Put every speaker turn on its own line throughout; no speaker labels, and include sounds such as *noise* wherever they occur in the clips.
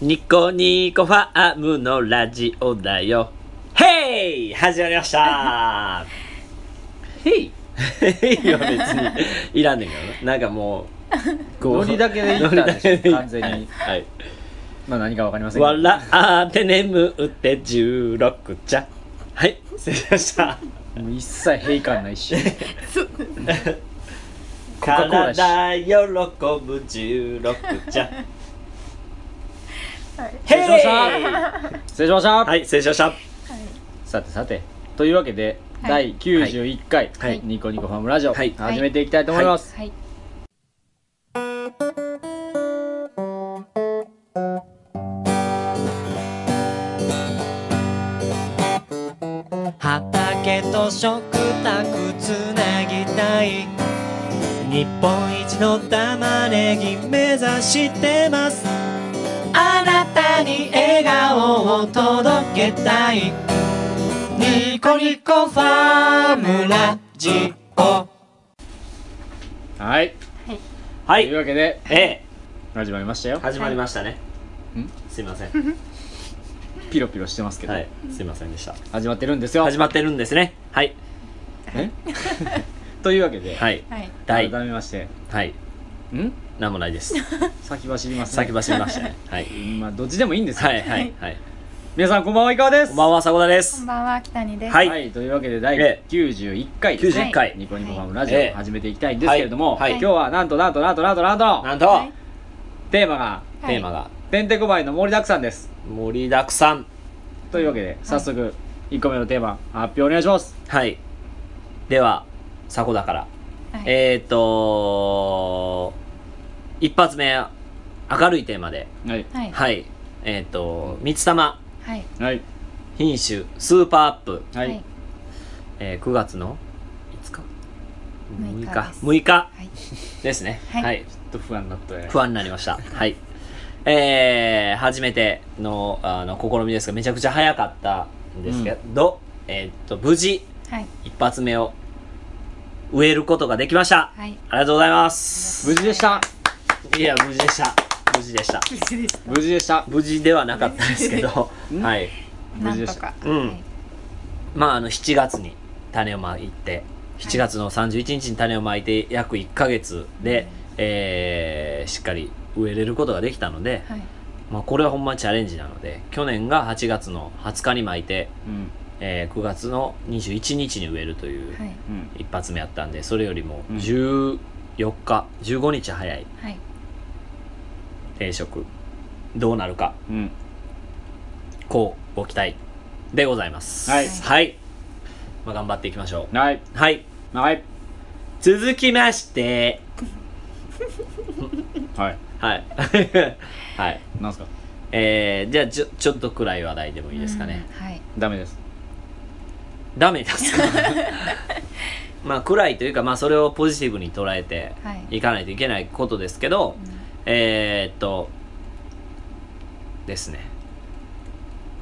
ニコニコファームのラジオだよ。ヘイ始まりましたヘイヘイは別にいらんねんけどな。なんかもう、こう
ノリだけでいったんでしょ
ノリだけでいっ
完全に
はい。
まあ何かわかりませんけど
笑って眠って16茶。はい、失礼しました。
もう一切平感ないしコカ・コーラし
体喜ぶ16茶。
はい
ヘイ
失礼しま失礼しました、
はい、失礼しました。
さてさてというわけで、
はい
第91回、
はい
ニコニコファームラジオ、
はい
始めていきたいと思います、
はい
畑と食卓つなぎたい日本一の玉ねぎ目指してますあなたに笑顔を届けたいニコニコファームラジオ
はい、
は
という
い、
わけで
え
始まりましたよ
ー、始まりましたね。
ん
すいません。
ピロピロしてますけど、
はい、すいませんでした。
始まってるんですよ
始まってるんですね。はい、
*laughs* えというわけで、
はい、
はい
第、
改めまして
はい、
ん
なんもない *laughs* です。
先走ります、ね、
先走りましたね。はい、
まあどっちでもいいんですよ、
はい、はい、はい。
皆さんこんばんはいかがです
こんばんは、迫田で
こん
す。
ばんは北にです
は
はいい、というわけで第
え
91回ですね
91回
ニコニコファームラジオ
ええ
を始めていきたいんですけれども、
はい
は
今
い
日はなんとなんとなんとなんとなんと
なんと、
はい
テーマが
はい
テーマが
「てんてこまいの盛りだくさん」です
盛りだくさん。
というわけで早速1個目のテーマ発表お願いします
はい。では、迫田から。
はい
えっ、ー、と一発目、明るいテーマで、
はい
はい
はい、えっ、ー、と、三つ玉、
はい
はい
品種、スーパーアップ、
はい、
えー、9月の5日 ?6 日
6日です
,6 日
はい
ですね。
はい
はい
ちょっと不安になったね
不安になりました。はい。えー、初めてのあの試みですが、めちゃくちゃ早かったんですけど、えーっと、無事、
はい
一発目を植えることができました。
はい
ありがとうございます。
無事でした
いや、無事でした。無事でした。
無事でした
無事ではなかったですけど、
うん
はい。
な
無事
ん
で
と
し
か
た
うん
はい
まあ、あの、7月に種をまいて、7月の31日に種をまいて、約1ヶ月で、えー、しっかり植えれることができたので、
はい
まあ、これはほんまチャレンジなので去年が8月の20日に巻いて、
うん
えー9月の21日に植えるという
はい
うん
一発目やったんでそれよりも
うん
14日15日早い
はい
定食どうなるか
うん
こうご期待でございます
はい
はいまあ、頑張っていきましょ
はいう
はい
はい
続きまして
はい
はいはい
なんすか
えー、じゃあちょちょっと暗い話題でもいいですかね、
うんはい
ダメです
ダメですかまあ暗いというか、まあ、それをポジティブに捉えて
はい
いかないといけないことですけど、
うん
えー、っとですね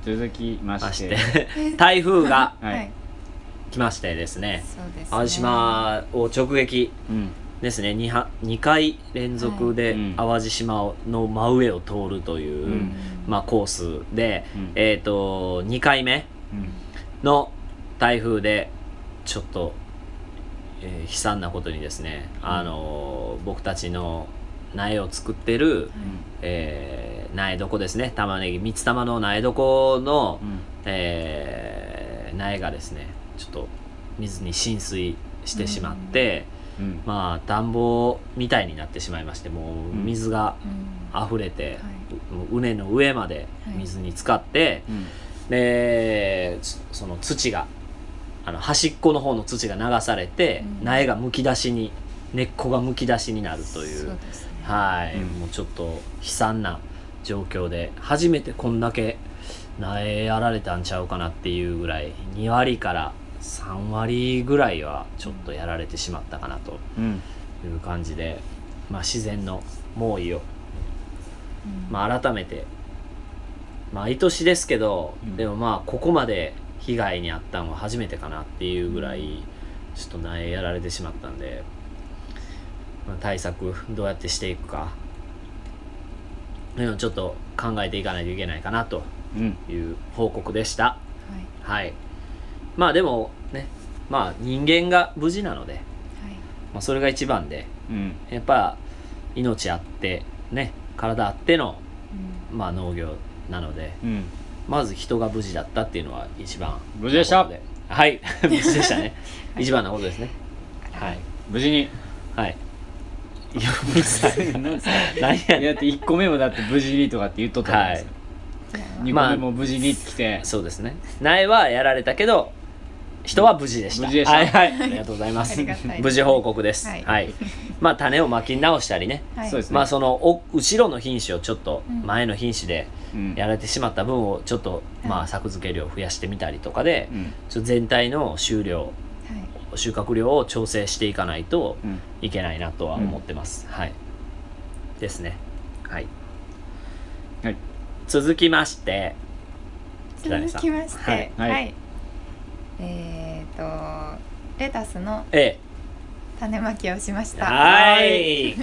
続きま
ま
し
してて台風が
はい
はい
来ましてですね
そうですね
淡路島を直撃
うん
ですね 2, 回連続で
はいうん
淡路島の真上を通るという、
う
うん
ん
まあ、コースで、
うん
えー、っと2回目
うん
の台風でちょっと、えー悲惨なことにですね、あのー僕たちの苗を作ってる、えー苗床ですね玉ねぎ三つ玉の苗床の
う、ん
えー苗がですねちょっと水に浸水してしまって、
うん
まあ暖房みたいになってしまいましてもう水が
うん
溢れて、
は
もう畝の上まで水に浸かって、
うん
でつその土があの端っこの方の土が流されて、
うん
苗がむき出しに根っこがむき出しになるとい
そううですね
はい、
うん
もうちょっと悲惨な状況で初めてこんだけ苗やられたんちゃうかなっていうぐらい2割から3割ぐらいはちょっとやられてしまったかなと
うん
いう感じで、まあ、自然の猛威を
うん
まあ、改めて毎年ですけど、
うん
でもまあここまで被害に遭ったのは初めてかなっていうぐらい、ちょっと苗やられてしまったんで、まあ、対策どうやってしていくかというのをちょっと考えていかないといけないかなと
うん
いう報告でしたはいまあでもねまあ人間が無事なので、まあ、それが一番で
うん
やっぱ命あってね体あっての、まあ、農業なので
うん
まず人が無事だったっていうのは一番
無事でした
なことはい *laughs* 無事でしたね一番なことですねはい
無事に
はい *laughs* いやうるさい何や
い
ね
やだって1個目もだって無事にとかって言っとったんですよ、2
ま
個
あ
目も無事に来て
ん、そうですね苗はやられたけど人は無事でした
無事でした
はいはいありがとうございます
ありがたいです
無事報告ですは、
はいい
まあ種をまき直したりね
そうですね
まあそのお後ろの品種をちょっと
うん
前の品種で
うん
やられてしまった分をちょっとま
は
あ
い
作付け量を増やしてみたりとかで
うん
ちょっと全体の収量収穫量を調整していかないと
うん
いけないなとは思ってます、はいですねはい、
はい
続きまして
続きまし
は
て
い、
はい
えっとレタスの
A
種まきをしました。
はい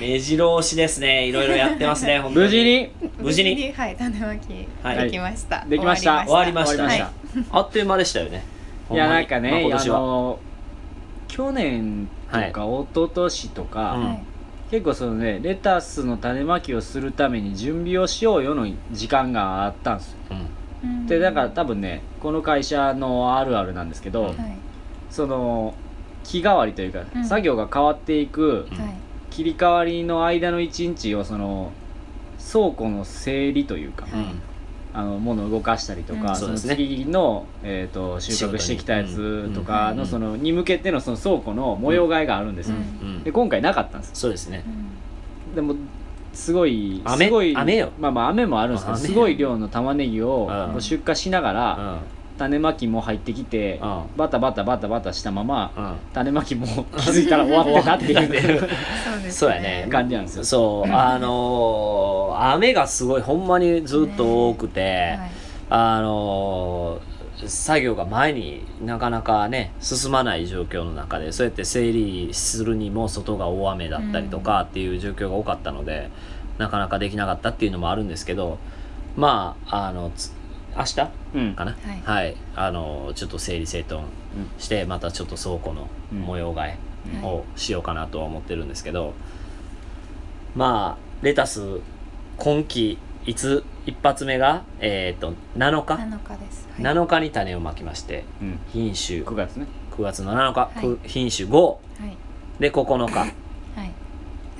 目白押しですねいろいろやってます *laughs* ね本当
無事に
無事に
はい種まき
はい
できました。
できました
終わりま
終
し
わ
た
りました、
はい
あっという間でしたよね
い、やなんかね、
ほんまにまあ、今
あ
年は、
の去年と
はい
か一昨年とか、
うん
はい
結構そのねレタスの種まきをするために準備をしようよの時間があったんですよ
うん
うん
でだから多分ねこの会社のあるあるなんですけ
う
ど、
ん
はい
その日替わりというか、
うん
作業が変わっていく
うん
はい
切り替わりの間の1日をその倉庫の整理というか、
う
うんん
あの物を動かしたりとか、
うん
そ
そう
で
の
すね
次の、えー、と収穫してきたやつとか
う
の、
ん
そのに向けてのその倉庫の模様替えがあるんですよ、
うん
うん
で今回なかったんです
そうですね
でもすごい
雨
すごい
雨よ
まあまあ雨もあるんですけど
雨
すごい量の玉ねぎを
うん
こう出荷しなが
う
ら、
ん
種まきも入ってきて、
うん
バタバタバタバタしたまま
うん
種まきも気づいたら終わってたっていう
そうですね。
そうやね
*laughs* 感じなんですよ
そうあのー雨がすごいほんまにずっと多くて、
はい
あのー作業が前になかなかね進まない状況の中でそうやって整理するにも外が大雨だったりとかっていう状況が多かったので、なかなかできなかったっていうのもあるんですけどまああのつ明日
うん
かな
はい
あのーちょっと整理整頓して、またちょっと倉庫の模様替え
はい
をしようかなとは思ってるんですけど、まあレタス今季いつ一発目が、えー、と7日
7日です。はい
7日に種をまきまして
うん
品種
9
9
月ね
月の7日、
はい
く品種5
はい
で9日、
*laughs*
はい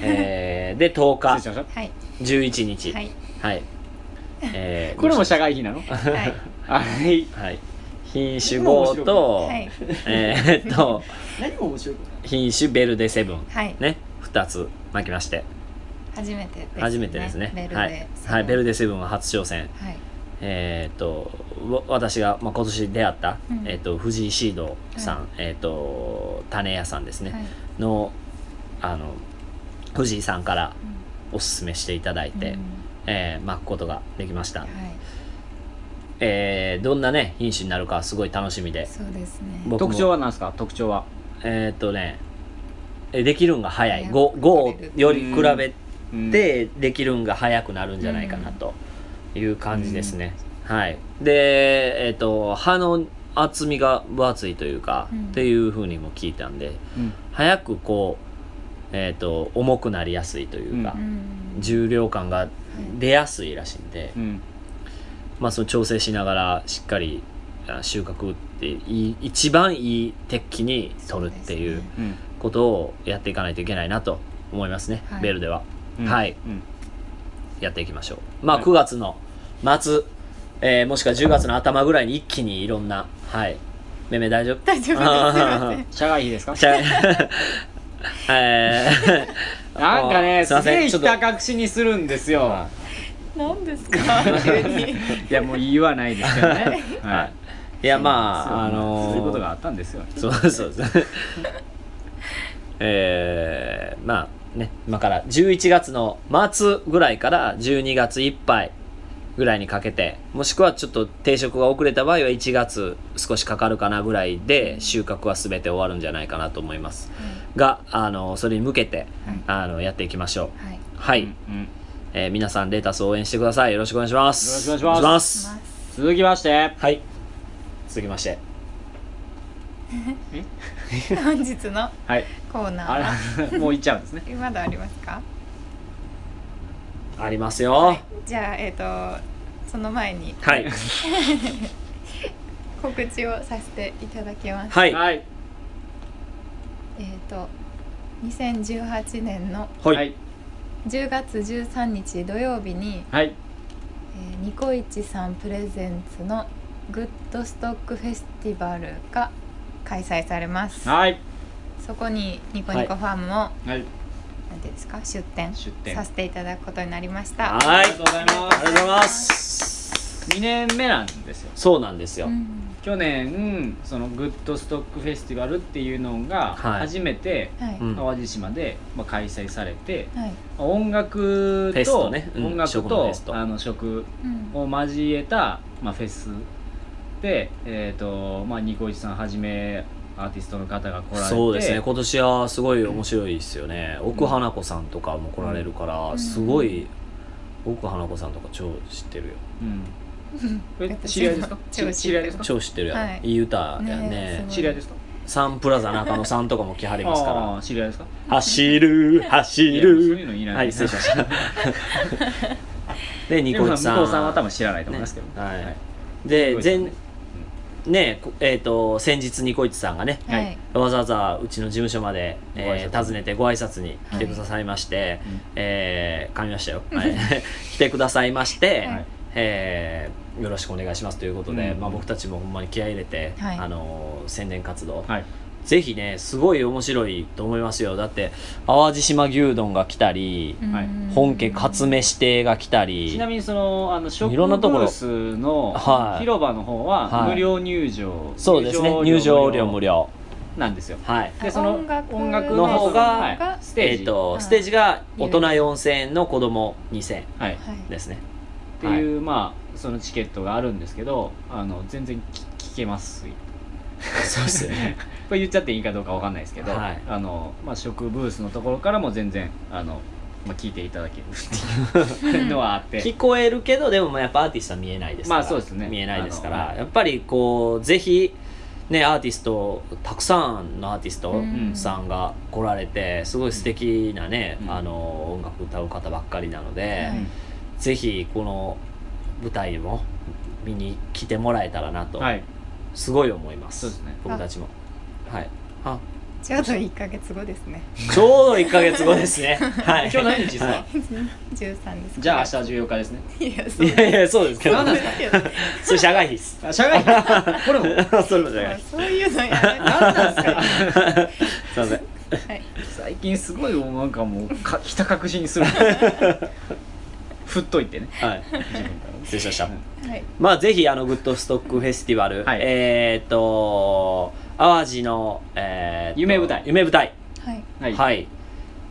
えーで10
失礼し
日
ました
はい
11日
は
はい、 *laughs*
い
え
*laughs*
ー
これも社外費なの
はい
はい
はい品種5と、
はい
えーっと
*laughs* 何も面白くない
品種ベルデセブン
はい
ね2つまきまして
初めてですね。
初めてですね
ベルで
はい、はい、ベルデセブンは初挑戦
はい
えーっとわ私が、まあ、今年出会った、
うん
えーっと藤井シードさん、
は
えーっと種屋さんですね、
はい
のあの藤井さんからおすすめしていただいて、
うん
えー巻くことができました、
は
えーどんなね品種になるかすごい楽しみ
い
で
そうですね。
僕も
特徴は何ですか特徴は
えーっとねえーできるんが早い
早く
5, 5より比べ
うん
てできるんが早くなるんじゃないかなという感じですね、はいでえーっと葉の厚みが分厚いというか、
うん
っていうふうにも聞いたんで
うん
早くこうえーっと重くなりやすいというか、
うん
うん
重量感が出やすいらしいんで、
うん
まあ、その調整しながらしっかりあ収穫っていい一番いい鉄器に取るっていう
うん
ことをやっていかないといけないなと思いますね、
はい
ベルでは
うん
はい
うん
やっていきましょう、まあ、
はい
9月の末、えーもしくは10月の頭ぐらいに一気にいろんなはいめめ大丈夫
大丈夫です。す
*laughs*
いません
社外費ですか
じゃあ *laughs* えー
なんかね
あすい
す
ませ
げ
ん
えひた隠しにするんですよ
何ですか急
*laughs*
に。
いやもう言わないですけど
*laughs*
ねはい
いやま
そう
ああのー
そういうことがあったんですよ
そう
*laughs*
そうですね。えー、まあね、今から11月の末ぐらいから12月いっぱい、ぐらいにかけてもしくはちょっと定食が遅れた場合は1月少しかかるかなぐらいで収穫は全て終わるんじゃないかなと思いますがあのそれに向けて
はい
あのやっていきましょう
はいはい
はい、
うんうん
えー皆さんレタス応援してくださいよろしくお願いします
よろしくお願いし
ま *laughs*
します
続きまして
はい続きまして
本日の
はい
コーナーは
あ
*laughs*
れもう行っちゃうんですね
えまだありますか
ありますよ
じゃあえっ、とその前に
はい
告知をさせていただきます、
はいはい
はい
えっ、と2018年の
はい
10月13日土曜日に、
はい
えーニコイチさんプレゼンツのグッドストックフェスティバルが開催されます
はい
そこにニコニコファームも、
はい
なんていうんですか出店
出店
させていただくことになりました
はい
ありがとうございま
ありがとうござい
す
ます
2年目なんですよ
そうなんですよ、
うん
去年そのグッドストックフェスティバルっていうのが
はい
初めて
はい、
うん
淡路島でまあ開催されて
はい、
音楽
フェス
と
とねうん
音楽
食のフ
と
ェスと
あの食
うん
を交えたまあフェスでえっとまあニコイチさんはじめアーティストの方が来られて
そうですね今年はすごい面白いですよね、奥花子さんとかも来られるから、
うん
すごい奥花子さんとか超知ってるよ
うん
や
え
っぱ
知り合いです
*laughs*
か
知り合い
知り合いですか
超知ってるやろ、
はい
い、い歌やね
ねえ
知り合いですか
サンプラザ中野さんとかも来はります
*laughs*
か
あ
ら
あ知り合いですか
走る走
いやそういう
る
のいらな
はいい失礼しましたでニ
ニ
コ
コ
イ
イ
チ
チ
さ
さ
ん
んは多分知らないと思いますけど
ねはい
はい
で
ニコイチさん
前
ね
ねこえっ、と先日ニコイチさんがね
は
はいい、
わざわざうちの事務所まで、え
ご
ー
挨拶
訪ねてご挨拶に来てくださいまして、
うん
えー噛みました
*laughs*
よ、はい *laughs* 来てくださいまして、
はい
えーよろしくお願いしますということで、
うん
まあ、僕たちもほんまに気合い入れて、
はい
あのー宣伝活動、
はい
ぜひねすごい面白いと思いますよだって淡路島牛丼が来たり、
うん
はい
本家かつめ指定が来たり
ちなみにそのあの食
いろんなところ
ブースの
はい
広場の方
は
はい無料入場
そうですね入場料無
料
料
なんですよ
はい
あ
でその
音楽
音楽
の方が
はいステー
え
ジ
っと、
はい
ステージが大人4000円の子供2000円
はいっ
はい
ですね
ていうまあそのチケットがあるんですけどあの全然き聞けます
そうですよね
*laughs* これ言っちゃっていいかどうかわかんないですけど
はい
あのまあ食ブースのところからも全然あのまあ聞いていただけるっていうのはあっ
*laughs*
て
*laughs* 聞こえるけどでもまあやっぱアーティストは見えないですから
まあそうですね
見えないですか
あ
ら
の
やっぱりこうぜひねアーティストたくさんのアーティスト
うん
さんが来られてすごい素敵なね、
うん
あの音楽歌う方ばっかりなので、
はい
ぜひこの舞台も見に来てもらえたらなと、
はい
すごい思いま
そう
す
ですね
僕たちもはいあ
ちょうど1ヶ月後ですね
ちょうど1か月後ですねはい
*laughs* 今日何日です
は
か
13です
じゃあ明日14日ですね
日いやそ
いうやいやそうですけど
何なんで
それ社外費っ
*laughs*
す
あ社外
*laughs*
費これも
それも社
ま
外
あ
費
そういうのやめた
なんですか
すいません
はい
最近すごいもうなんかもうかひた隠しに *laughs* する振っといてね
はい
自分から
失礼しました
はい
まあぜひあのグッドストックフェスティバル、
はい
えっ、と淡路の、えーと
夢舞台
夢舞台
はい
は
はい、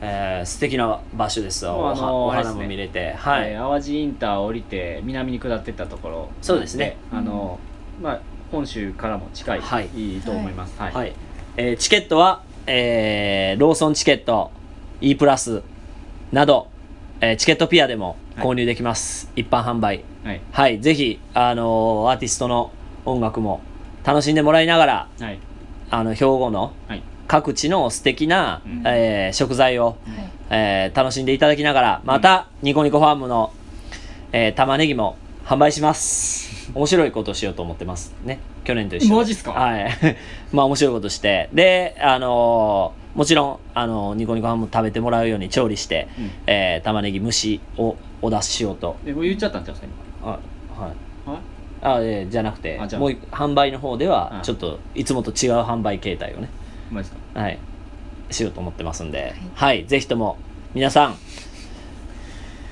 えー素敵な場所です
もう
お
あ
は
の
お
あれで
花
す
も
ね
見れて、は
はいい、淡路インターを降りて南に下ってったところ
そうですね
あの、まあ本州からも近い、
はい
いと思いますはい、
はいえーチケットは、えーローソンチケット E プラスなど、えーチケットピアでも購入できます、一般販売
はい
はいぜひ、あのーアーティストの音楽も楽しんでもらいながら
はい
あの兵庫の
はい
各地の素敵な、
うん
えー食材を、
はい
えー楽しんでいただきながらまた、ニコニコファームの、えー玉ねぎも販売します面白いことをしようと思ってますね去年と一緒に
マジっすか
はい *laughs* まあ面白いことしてであのーもちろん、あのーニコニコファーム食べてもらうように調理して、
うん
えー玉ねぎ蒸しをお出ししようと
でこれ言っちゃったんちゃうんです
あ
か
はい
今はい
あえーじゃなくて
あじゃあ
もう販売の方では
あ
ちょっといつもと違う販売形態をね
うまいですか
はい、しようと思ってますんで、は、
はい
ぜひとも皆さん、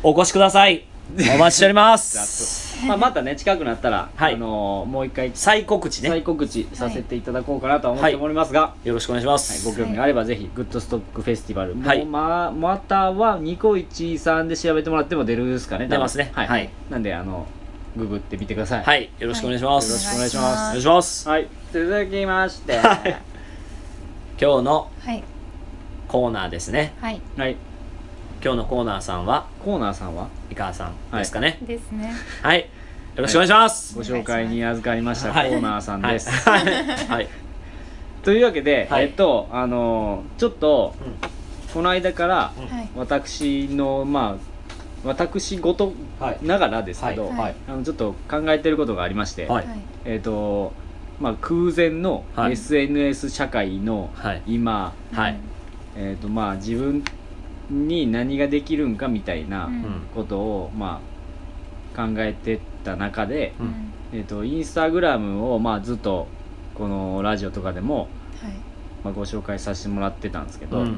お越しくださ
*laughs*
い。お待ちしております。
まあ、またね近くなったら、
はい
あのもう一回
再告知ね
再。告知させていただこうかなとは思っておりますが、
よろしくお願いしま
はい、
す。
ご興味があればぜひ、グッドストックフェスティバル、もう
はい
まあ、またはニコイチさんで調べてもらっても出るですかね、多分
出ますね
はい。
はい
なんで、あの、ググってみてください。
はいよろしくお願いします、
はいよろしくお
お
願
願
い
い
し
し
ます
ますます
はい、続きまして、
はい今日の
はい
コーナーですね
はい
はい、
今日のコーナーさんは
コーナーさんは
井川さんですかね
ですね
はい、よろしくお願いします
ご紹介に預かりましたコ
はい
ーナーさん
はい
です。
はいはい
というわけで、
はい
えっと、あのーちょっと、この間から、
うん
はい
私の、まあ、私ごと
はい
ながらですけど、
はい
あのちょっと考えてることがありまして、
はい
はい
えっと、まあ、空前の
はい
SNS 社会の
はい
今、
はい
えっと、まあ、自分に何ができるんかみたいな
うん
うん
ことを、まあ、考えてた中で、
うん
えっと、インスタグラムを、まあ、ずっと、このラジオとかでも、まあ、ご紹介させてもらってたんですけど、
う
うんん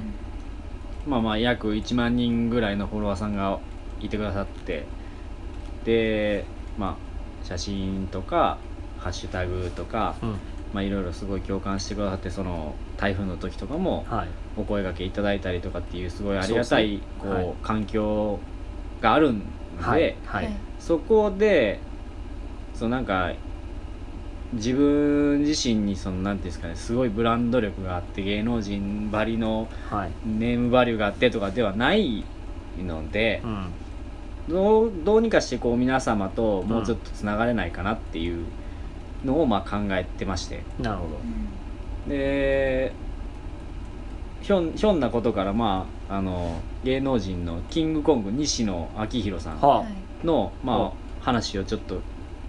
まあまあ約1万人ぐらいのフォロワーさんがいてくださってでまあ写真とかハッシュタグとか
うん
まあいろいろすごい共感してくださってその台風の時とかも
はい
お声掛けいただいたりとかっていうすごいありがたい
そうですねはい
こう環境があるんで、
はいは
はいい
そこでそうなんか自分自身にそのなんていうんですかねすごいブランド力があって芸能人ばりの
はい
ネームバリューがあってとかではないので
う、ん
どうどうにかしてこう皆様ともうちょっとつながれないかなっていうのをまあ考えてまして
なるほ
でひょんひょんなことから、まあ、あの芸能人のキングコング西野昭弘さ
ど
ん
は
はい
の、
は
まあ、話をちょっと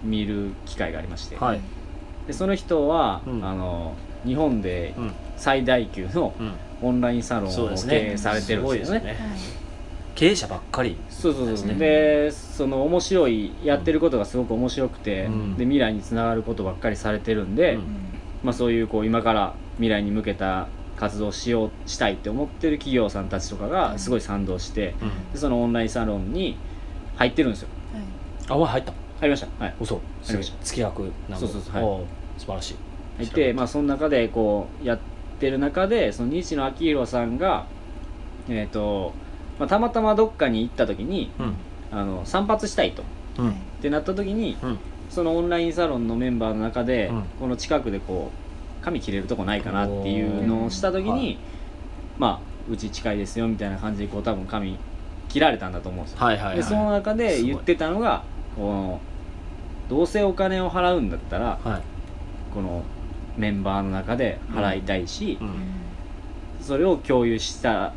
見る機会がありまして、
あはい
でその人は、
うん
あの日本で
うん
最大級の
うん
オンラインサロン
そう
を
です
経
ね
営されてるん
すごい
で
ですす
よね。
ね
はい
経営者ばっかり
そうそうそう
ですね
でその面白いやってることがすごく面白くて、
うん
で未来につながることばっかりされてるんで、
うん
まあ、そういうこう今から未来に向けた活動をしようしたいって思ってる企業さんたちとかがすごい賛同して
うん
でそのオンラインサロンに入ってるんですよ
あお前入った
入りましたはい
嘘
ありました
月額なん
そうそうそうはい
素晴らしい
入って、まあ、その中でこうやってる中でその西野昭弘さんがえっ、と、まあ、たまたまどっかに行った時に
うん
あの散髪したいと
う
はい
ん
ってなった時に
うん
そのオンラインサロンのメンバーの中で、
うん
この近くでこう髪切れるとこないかなっていうのをした時に、
おーはい
まあうち近いですよみたいな感じでこう多分髪切られたんだと思うんですよ、
はいはいはい
でその中
す
で
ごい
言ってたのがこのどうせお金を払うんだったら
はい
このメンバーの中で払いたいし、
うん
それを共有した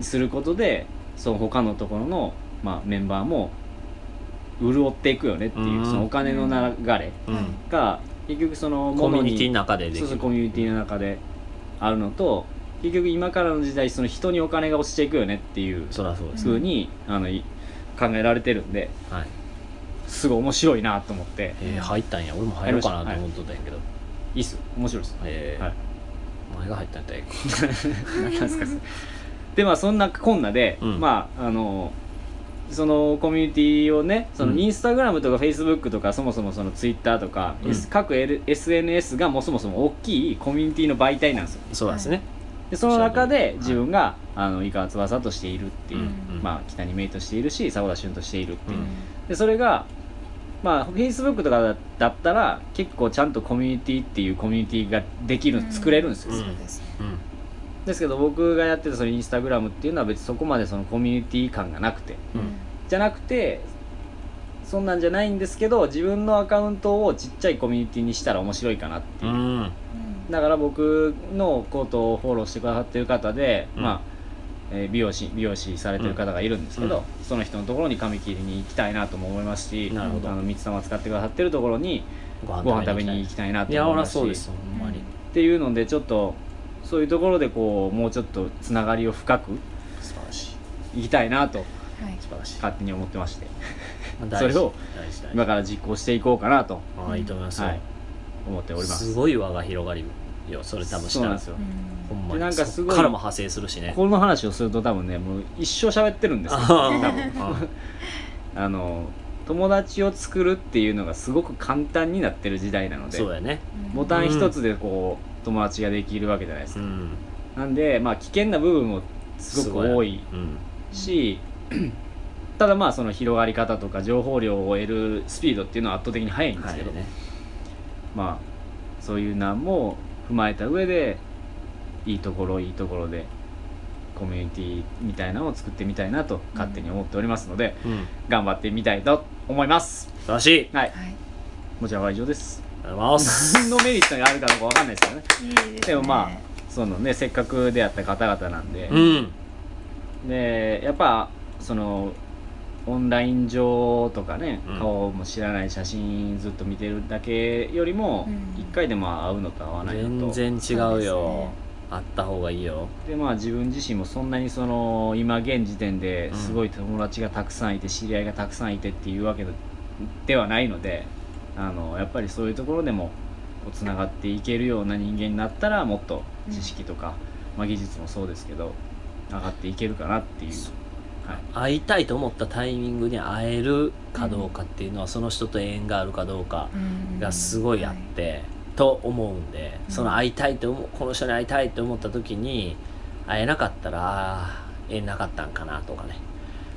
することでその他のところの、まあ、メンバーも潤っていくよねっていう、
うん
そのお金の流れ、
うん
が結局その
コミ
物
ュ
に
ニティの中ででき
そう
る
そうコミュニティの中であるのと結局今からの時代その人にお金が落ちていくよねっていう
そりゃそうです
ふうに、あのい考えられてるんで
はい
すごい面白いなと思って
えー入ったんや俺も入ろうかなと思っとったんやけど
いいっす面白いっす
え
はい
ーお前が入ったんやったらええか
なんですかそれでまあそんなこんなで、
うん
まああのそのコミュニティをねその
うん
インスタグラムとかフェイスブックとかそもそもそのツイッターとか、
うん
S- 各 L- SNS がもうそもそも大きいコミュニティの媒体なんですよ
そうですね
でその中で
い
自分が、あの井川翼としているっていう、
うん
うん
まあ、北にメイとしているし迫田俊としているっていう、
うん
でそれがまあフェイスブックとかだだったら結構ちゃんとコミュニティっていうコミュニティができる、
うん
作れるんですよ、
うん
そうですね
うん
ですけど僕がやってたそのインスタグラムっていうのは別にそこまでそのコミュニティ感がなくて
う
うんん
じゃなくてそんなんじゃないんですけど自分のアカウントをちっちゃいコミュニティにしたら面白いかなって
う
いう、
ん
だから僕のことをフォローしてくださってる方で、
うん
まあえー美容師美容師されてる方がいるんですけど、
うん
その人のところに髪切りに行きたいなとも思いますし
なるほど
あの三つ玉使ってくださってるところにご
ご
飯食べに
行
行
き
きたいな
たいい
と
や
思い
俺
ま
は
す
そうで
し
すほんまに
っていうのでちょっとそういうところでこうもうちょっとつながりを深く
素晴らしい
いきたいなと
はい
素晴らしい
勝手に思ってまして
大事
それを
大事大事
今から実行していこうかなと、
ああいいと思いますよ
はい、思っておりますす
ごい輪が広がるよそれ多分し
そう
た
なん
ら
ですよ、
ほ
うん
ま
でなん
に
か
そ
す
っ
ごい
からも派生するしね
この話をすると多分ねもう一生喋ってるんですよ
あー
多分あの友達を作るっていうのがすごく簡単になってる時代なので
そうやね
ん
ボタン一つでこう友達ができるわけじゃないです
う
か、
ん
なんでまあ危険な部分もすごく多い
うん
しただまあその広がり方とか情報量を得るスピードっていうのは圧倒的に速いんですけど、
ね
まあそういう難も踏まえた上でいいところいいところでコミュニティみたいなのを作ってみたいなと勝手に思っておりますので、
うん
頑張ってみたいと思います
素晴らしい
はい
はい
こちらは以上です
ありがとうございます
*laughs* のメリットがあるかどうかわかんないですけどね
いいですね
でもまあそのねせっかく出会った方々なんで、
うん
でやっぱそのオンライン上とかね、
うん
顔も知らない写真ずっと見てるだけよりも
うん
一回でも会うのと会わないのと、
全然違
そう
う
です
よ
ね
あった方がいいよ
でまあ自分自身もそんなにその今現時点ですごい友達がたくさんいて知り合いがたくさんいてっていうわけではないのであのやっぱりそういうところでもつながっていけるような人間になったらもっと知識とか、まあ、技術もそうですけど上がっていけるかなっていう
そ
はい
会いたいと思ったタイミングに会えるかどうかっていうのは、その人と縁があるかどうか
うん
がすごいあって、と思うんで、
うん
その会いたいと思うこの人に会いたいと思った時に会えなかったらあー縁なかったんかなとかね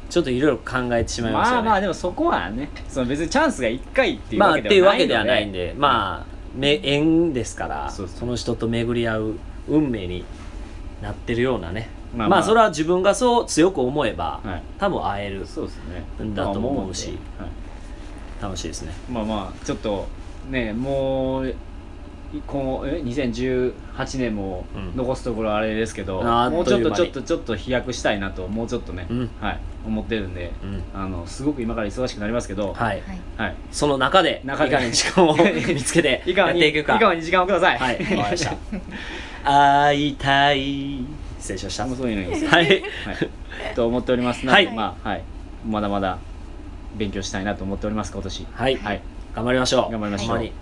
ちょっといろいろ考えてしまいます
ま
よ
あ
ね
まあでもそこはねその別にチャンスが1回っていう
まあ
わ
っ
け
てい
で
う
は
わ
な
け
いの
で
で,、
はないんで、まあめ縁ですから
そ
そう
そう
の人と巡り合う運命になってるようなねま
ま
あ、
あ
それは自分がそう強く思えば、
はい
多分会える
そうですね
だと思うし
まあ思うんではい
楽しいですね
まあまあちょっとねもうこのえ2018年も
うん
残すところあれですけど、
あー
もうちょっと
あっ
ち
という間
ょ
に
っとちょっと飛躍したいなともうちょっとね、
うん
はい思ってるんで
うん
あのすごく今から忙しくなりますけど、
はい、
はい
はい、
その中で
中で
いかに時間を見つけて
*laughs* いか
や
が
っ
に
ていくか
かに時間をください、
はいわかりました
*laughs*
会いたい失礼しました
*laughs* もうそういうのいいですよ
はい
はい、と思っておりますなので、
はい
まあはい、まだまだ勉強したいなと思っております今年
はい、
はい、
頑張りましょう
頑張りましょう
ほんに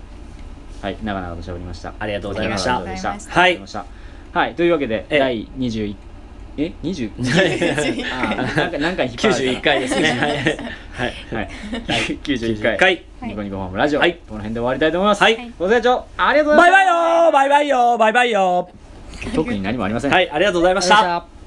はい、長々と喋りました
ありがとうございました
あ
*laughs*
りがとうございました
は
あ
い
りがとうございましたはいというわけで
ええ
第21え20
*laughs*
*laughs*
91
あーなんかなんか引っ張られ
91回ですねはい
たなはい
*laughs*
91
91
回
回
ニコニコファームラジオ、
はい
この辺で終わりたいと思います、
はい
ご清聴ありがとうご
バ
ざい
イ
ま
バイよーバイバイよーバイバイよ
す特に何もありません
ーはいありがとうございました
ありがとうございました